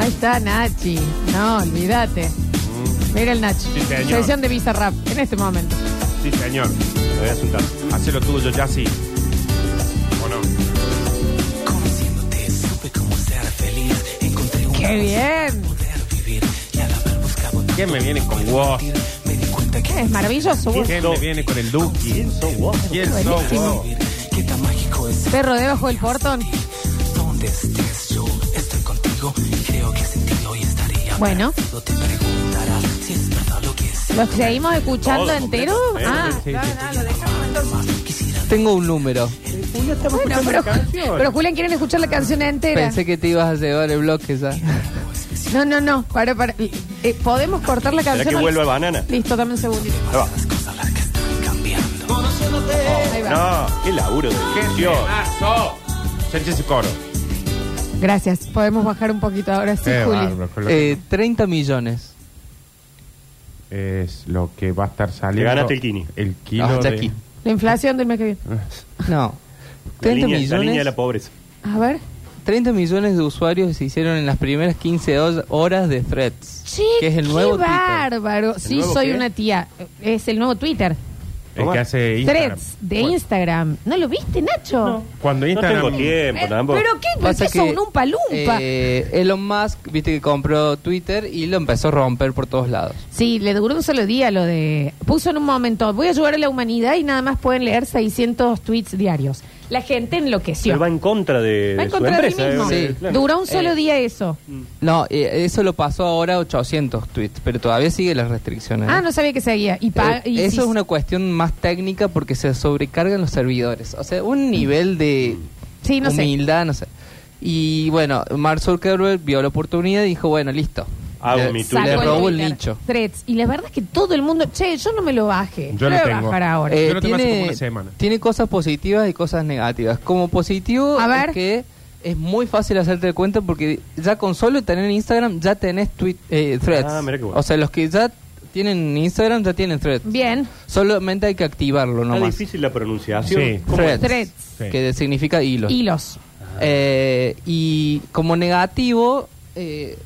[SPEAKER 1] Ahí está Nachi. No, olvídate. Mira el Nachi.
[SPEAKER 2] Sí, señor.
[SPEAKER 1] Sesión de Visa Rap en este momento.
[SPEAKER 2] Sí, señor.
[SPEAKER 3] me voy a asustar.
[SPEAKER 2] Hacé lo tuyo, Yassi. ¿O no?
[SPEAKER 7] Conociéndote supe cómo ser feliz. Encontré un
[SPEAKER 1] ¡Qué bien!
[SPEAKER 7] poder vivir y al haber buscado tanto
[SPEAKER 2] ¿Quién me viene con vos?
[SPEAKER 7] sentir, me di cuenta que
[SPEAKER 1] Es maravilloso. vos.
[SPEAKER 2] ¿Quién me viene con el Duki? ¿Quién sos vos?
[SPEAKER 7] vivir, que tan mágico es
[SPEAKER 1] Perro debajo del portón.
[SPEAKER 7] donde estés yo estoy contigo y creo que sin ti hoy estaría
[SPEAKER 1] Bueno.
[SPEAKER 7] no te preguntarás si es verdad lo que es
[SPEAKER 1] ¿Los seguimos escuchando
[SPEAKER 3] Todo.
[SPEAKER 1] entero?
[SPEAKER 3] Sí,
[SPEAKER 1] Ah,
[SPEAKER 2] sí, sí,
[SPEAKER 1] no,
[SPEAKER 2] sí.
[SPEAKER 1] no, lo dejamos entonces.
[SPEAKER 5] Tengo un número.
[SPEAKER 1] Bueno, pero, pero Julián, ¿quieren escuchar la canción entera?
[SPEAKER 5] Pensé que te ibas a llevar el bloque ya.
[SPEAKER 1] No, no, no. Para, para. Eh, ¿Podemos cortar la
[SPEAKER 3] ¿Será
[SPEAKER 1] canción?
[SPEAKER 3] que vuelva banana?
[SPEAKER 1] Listo, dame un segundito.
[SPEAKER 3] Ahí va.
[SPEAKER 7] las cosas las que están cambiando
[SPEAKER 1] Ahí va.
[SPEAKER 3] No, qué laburo de
[SPEAKER 2] ¿Qué
[SPEAKER 3] Dios.
[SPEAKER 2] temazo? Sánchez ese coro.
[SPEAKER 1] Gracias. Podemos bajar un poquito ahora, sí,
[SPEAKER 2] Qué
[SPEAKER 1] Juli.
[SPEAKER 2] bárbaro, con lo que-
[SPEAKER 5] Eh, 30 millones.
[SPEAKER 1] Eh.
[SPEAKER 2] es lo que va a estar saliendo.
[SPEAKER 3] Te ganaste el kini.
[SPEAKER 2] El kilo
[SPEAKER 5] Ah,
[SPEAKER 2] de-
[SPEAKER 5] Jackie.
[SPEAKER 1] La inflación del mes que viene.
[SPEAKER 5] No.
[SPEAKER 3] La
[SPEAKER 5] 30
[SPEAKER 3] línea, la línea de
[SPEAKER 5] millones.
[SPEAKER 3] la pobreza.
[SPEAKER 1] A ver.
[SPEAKER 5] 30 millones de usuarios se hicieron en las primeras 15 ho- horas de Threads.
[SPEAKER 1] Che,
[SPEAKER 5] que es el nuevo
[SPEAKER 1] qué
[SPEAKER 5] Twitter.
[SPEAKER 1] bárbaro. Sí,
[SPEAKER 3] nuevo
[SPEAKER 1] soy
[SPEAKER 3] qué?
[SPEAKER 1] una tía. Es el nuevo Twitter.
[SPEAKER 2] El que hace Instagram.
[SPEAKER 1] Threads de
[SPEAKER 2] Bueno,
[SPEAKER 1] Instagram. ¿No lo viste, Nacho?
[SPEAKER 2] Cuando
[SPEAKER 3] No
[SPEAKER 2] Instagram.
[SPEAKER 3] tengo tiempo
[SPEAKER 1] Eh,
[SPEAKER 3] tampoco.
[SPEAKER 1] ¿Pero qué? ¿Pero qué son un palumpa?
[SPEAKER 5] eh, Elon Musk, viste que compró Twitter y lo empezó a romper por todos lados.
[SPEAKER 1] Sí, le duró un solo día lo de... Puso en un momento, voy a ayudar a la humanidad y nada más pueden leer 600 tweets diarios. La gente enloqueció.
[SPEAKER 3] Pero va
[SPEAKER 1] Va
[SPEAKER 3] en contra de,
[SPEAKER 1] en
[SPEAKER 3] de su
[SPEAKER 1] contra de sí
[SPEAKER 3] empresa.
[SPEAKER 1] mismo.
[SPEAKER 3] eh,
[SPEAKER 5] Sí.
[SPEAKER 3] claro.
[SPEAKER 1] Duró un solo
[SPEAKER 5] Eh.
[SPEAKER 1] día eso.
[SPEAKER 5] No, eh, eso lo pasó ahora a 800 tweets, pero todavía sigue las restricciones.
[SPEAKER 1] Ah, no sabía que seguía. Y, pa-
[SPEAKER 5] Eh,
[SPEAKER 1] y
[SPEAKER 5] eso
[SPEAKER 1] sí-
[SPEAKER 5] es una cuestión más técnica porque se sobrecargan los servidores. O sea, un nivel de
[SPEAKER 1] Sí, no sé.
[SPEAKER 5] humildad, no sé. Y bueno, Mark Zuckerberg vio la oportunidad y dijo, bueno, listo.
[SPEAKER 3] Hago
[SPEAKER 5] le,
[SPEAKER 3] mi Twitter.
[SPEAKER 1] Sacó
[SPEAKER 5] le robó el
[SPEAKER 1] Twitter.
[SPEAKER 5] nicho.
[SPEAKER 1] Threads. Y la verdad es que todo el mundo... Che, yo no me lo baje.
[SPEAKER 2] Yo
[SPEAKER 1] lo
[SPEAKER 2] lo
[SPEAKER 1] voy a
[SPEAKER 2] tengo.
[SPEAKER 1] bajar ahora.
[SPEAKER 5] Eh,
[SPEAKER 2] Yo lo tengo hace como
[SPEAKER 5] tiene,
[SPEAKER 2] una semana.
[SPEAKER 5] tiene cosas positivas y cosas negativas. Como positivo
[SPEAKER 1] A ver.
[SPEAKER 5] es que es muy fácil hacerte cuenta porque ya con solo tener Instagram ya tenés tweet, eh, threads.
[SPEAKER 3] Ah, mira qué bueno.
[SPEAKER 5] O sea, los que ya tienen Instagram ya tienen threads.
[SPEAKER 1] Bien.
[SPEAKER 5] Solamente hay que activarlo
[SPEAKER 3] Está
[SPEAKER 5] nomás.
[SPEAKER 3] difícil la pronunciación.
[SPEAKER 2] Sí.
[SPEAKER 3] ¿Cómo
[SPEAKER 5] Threads.
[SPEAKER 1] Threads.
[SPEAKER 2] Sí.
[SPEAKER 5] Que significa hilos.
[SPEAKER 1] Hilos.
[SPEAKER 5] Eh, y como negativo, eh,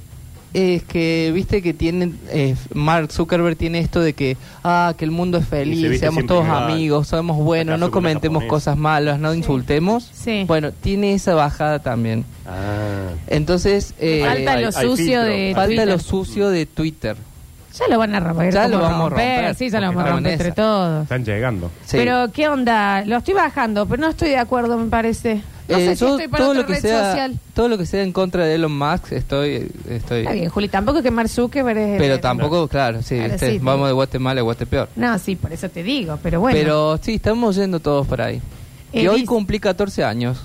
[SPEAKER 5] es que, viste que tienen, eh, Mark Zuckerberg tiene esto de que, ah, que el mundo es
[SPEAKER 3] Y se
[SPEAKER 5] feliz,
[SPEAKER 3] viste
[SPEAKER 5] seamos
[SPEAKER 3] siempre
[SPEAKER 5] todos
[SPEAKER 3] igual.
[SPEAKER 5] amigos, somos buenos,
[SPEAKER 3] ¿Acaso
[SPEAKER 5] no
[SPEAKER 3] como una
[SPEAKER 5] comentemos
[SPEAKER 3] japonesa?
[SPEAKER 5] cosas malas, no insultemos.
[SPEAKER 1] Sí.
[SPEAKER 5] Bueno, tiene esa bajada también.
[SPEAKER 3] Ah.
[SPEAKER 5] Entonces, eh,
[SPEAKER 1] Falta
[SPEAKER 3] hay-
[SPEAKER 1] lo
[SPEAKER 3] hay
[SPEAKER 1] sucio
[SPEAKER 3] filtro.
[SPEAKER 1] de...
[SPEAKER 5] falta
[SPEAKER 1] Twitter.
[SPEAKER 5] lo sucio de Twitter.
[SPEAKER 1] Ya lo van a romper.
[SPEAKER 5] Ya lo
[SPEAKER 1] ¿cómo
[SPEAKER 5] vamos a romper,
[SPEAKER 1] Sí, ya lo
[SPEAKER 5] porque
[SPEAKER 1] vamos a
[SPEAKER 5] estamos
[SPEAKER 1] romper
[SPEAKER 5] en
[SPEAKER 1] entre
[SPEAKER 5] esa.
[SPEAKER 1] todos.
[SPEAKER 2] Están llegando.
[SPEAKER 5] Sí. Eh,
[SPEAKER 1] Pero, ¿qué onda? Lo estoy bajando, pero no estoy de acuerdo, me parece. No
[SPEAKER 5] Eh,
[SPEAKER 1] sé si
[SPEAKER 5] yo
[SPEAKER 1] estoy para
[SPEAKER 5] todo
[SPEAKER 1] otra
[SPEAKER 5] lo que
[SPEAKER 1] red
[SPEAKER 5] sea,
[SPEAKER 1] social.
[SPEAKER 5] todo lo que sea en contra de Elon Musk, estoy, estoy.
[SPEAKER 1] Está bien, Juli, tampoco que Mark Zuckerberg es...
[SPEAKER 5] Pero tampoco, claro, sí,
[SPEAKER 1] Claro,
[SPEAKER 5] este,
[SPEAKER 1] sí.
[SPEAKER 5] vamos de Guatemala a Guatepeor.
[SPEAKER 1] No, sí, por eso te digo, pero bueno.
[SPEAKER 5] Pero sí, estamos yendo todos para ahí.
[SPEAKER 1] Eh,
[SPEAKER 5] y hoy
[SPEAKER 1] dice-
[SPEAKER 5] cumplí 14 años.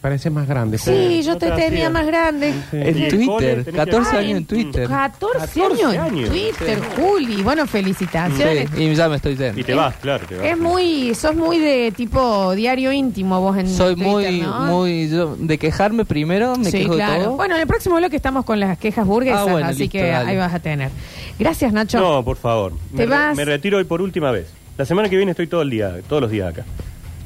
[SPEAKER 2] Parece más grande.
[SPEAKER 1] Sí,
[SPEAKER 3] Sí,
[SPEAKER 1] yo
[SPEAKER 3] no
[SPEAKER 1] te
[SPEAKER 3] te
[SPEAKER 1] tenía
[SPEAKER 3] hacía.
[SPEAKER 1] más grande.
[SPEAKER 2] Sí.
[SPEAKER 5] En
[SPEAKER 3] Y el cole
[SPEAKER 5] Twitter,
[SPEAKER 3] tenés que-
[SPEAKER 5] 14
[SPEAKER 1] Ah,
[SPEAKER 5] años
[SPEAKER 1] en
[SPEAKER 5] en Twitter.
[SPEAKER 1] 14
[SPEAKER 3] 14
[SPEAKER 1] años en
[SPEAKER 3] años.
[SPEAKER 1] Twitter, Juli. Bueno, felicitaciones.
[SPEAKER 5] Sí, y ya me estoy yendo.
[SPEAKER 3] Y te vas, claro, te vas.
[SPEAKER 1] Es muy, sos muy de tipo diario íntimo vos en
[SPEAKER 5] Soy
[SPEAKER 1] Twitter,
[SPEAKER 5] muy,
[SPEAKER 1] ¿no?
[SPEAKER 5] muy yo- de quejarme primero, me
[SPEAKER 1] sí,
[SPEAKER 5] quejo
[SPEAKER 1] claro.
[SPEAKER 5] de todo.
[SPEAKER 1] Bueno, en el próximo bloque estamos con las quejas burguesas,
[SPEAKER 5] Ah, bueno,
[SPEAKER 1] así
[SPEAKER 5] listo,
[SPEAKER 1] que
[SPEAKER 5] dale.
[SPEAKER 1] ahí vas a tener. Gracias, Nacho.
[SPEAKER 3] No, por favor.
[SPEAKER 1] Te
[SPEAKER 3] me, re-
[SPEAKER 1] vas.
[SPEAKER 3] me retiro hoy por última vez. La semana que viene estoy todo el día, todos los días acá.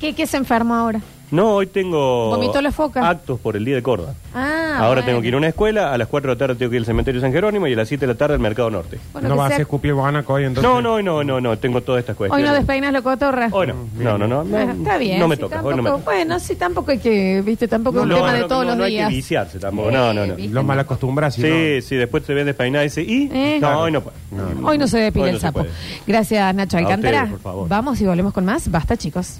[SPEAKER 1] ¿Qué, qué se enferma ahora?
[SPEAKER 3] No, hoy tengo
[SPEAKER 1] ¿Vomitó la foca?
[SPEAKER 3] actos por el día de Córdoba.
[SPEAKER 1] Ah,
[SPEAKER 3] Ahora
[SPEAKER 1] bueno.
[SPEAKER 3] tengo que ir a una escuela, a las 4 de la tarde tengo que ir al cementerio San Jerónimo y a las 7 de la tarde al Mercado Norte.
[SPEAKER 1] Bueno,
[SPEAKER 2] no
[SPEAKER 1] que
[SPEAKER 2] vas
[SPEAKER 1] sea-
[SPEAKER 2] a escupir guanaco hoy entonces.
[SPEAKER 3] No, no, no, no, no, tengo todas estas
[SPEAKER 1] Hoy
[SPEAKER 3] cuestiones.
[SPEAKER 1] no despeinas lo cotorra.
[SPEAKER 3] Hoy
[SPEAKER 2] Mm,
[SPEAKER 3] no, no, no, no, no,
[SPEAKER 1] Ah, está bien.
[SPEAKER 3] No me
[SPEAKER 1] sí,
[SPEAKER 3] toca,
[SPEAKER 1] tampoco-
[SPEAKER 3] hoy no me toca.
[SPEAKER 1] Bueno, sí, tampoco hay que, viste, tampoco es un
[SPEAKER 3] No,
[SPEAKER 1] tema
[SPEAKER 3] no,
[SPEAKER 1] de
[SPEAKER 3] no,
[SPEAKER 1] todos
[SPEAKER 3] no,
[SPEAKER 1] los
[SPEAKER 3] no
[SPEAKER 1] días.
[SPEAKER 3] hay que viciarse tampoco, no, no, no.
[SPEAKER 1] Sí,
[SPEAKER 2] Los malacostumbras. si
[SPEAKER 3] Sí,
[SPEAKER 2] no.
[SPEAKER 3] sí, después se ve despeinada y dice, ¿y?
[SPEAKER 1] Eh.
[SPEAKER 3] No,
[SPEAKER 1] Claro.
[SPEAKER 3] hoy no puede.
[SPEAKER 1] Hoy no se depila
[SPEAKER 3] Hoy no
[SPEAKER 1] el
[SPEAKER 3] se
[SPEAKER 1] sapo.
[SPEAKER 3] puede.
[SPEAKER 1] Gracias, Nacho
[SPEAKER 3] A
[SPEAKER 1] Alcántara.
[SPEAKER 3] ustedes, por favor.
[SPEAKER 1] Vamos y volvemos con más. Basta, chicos.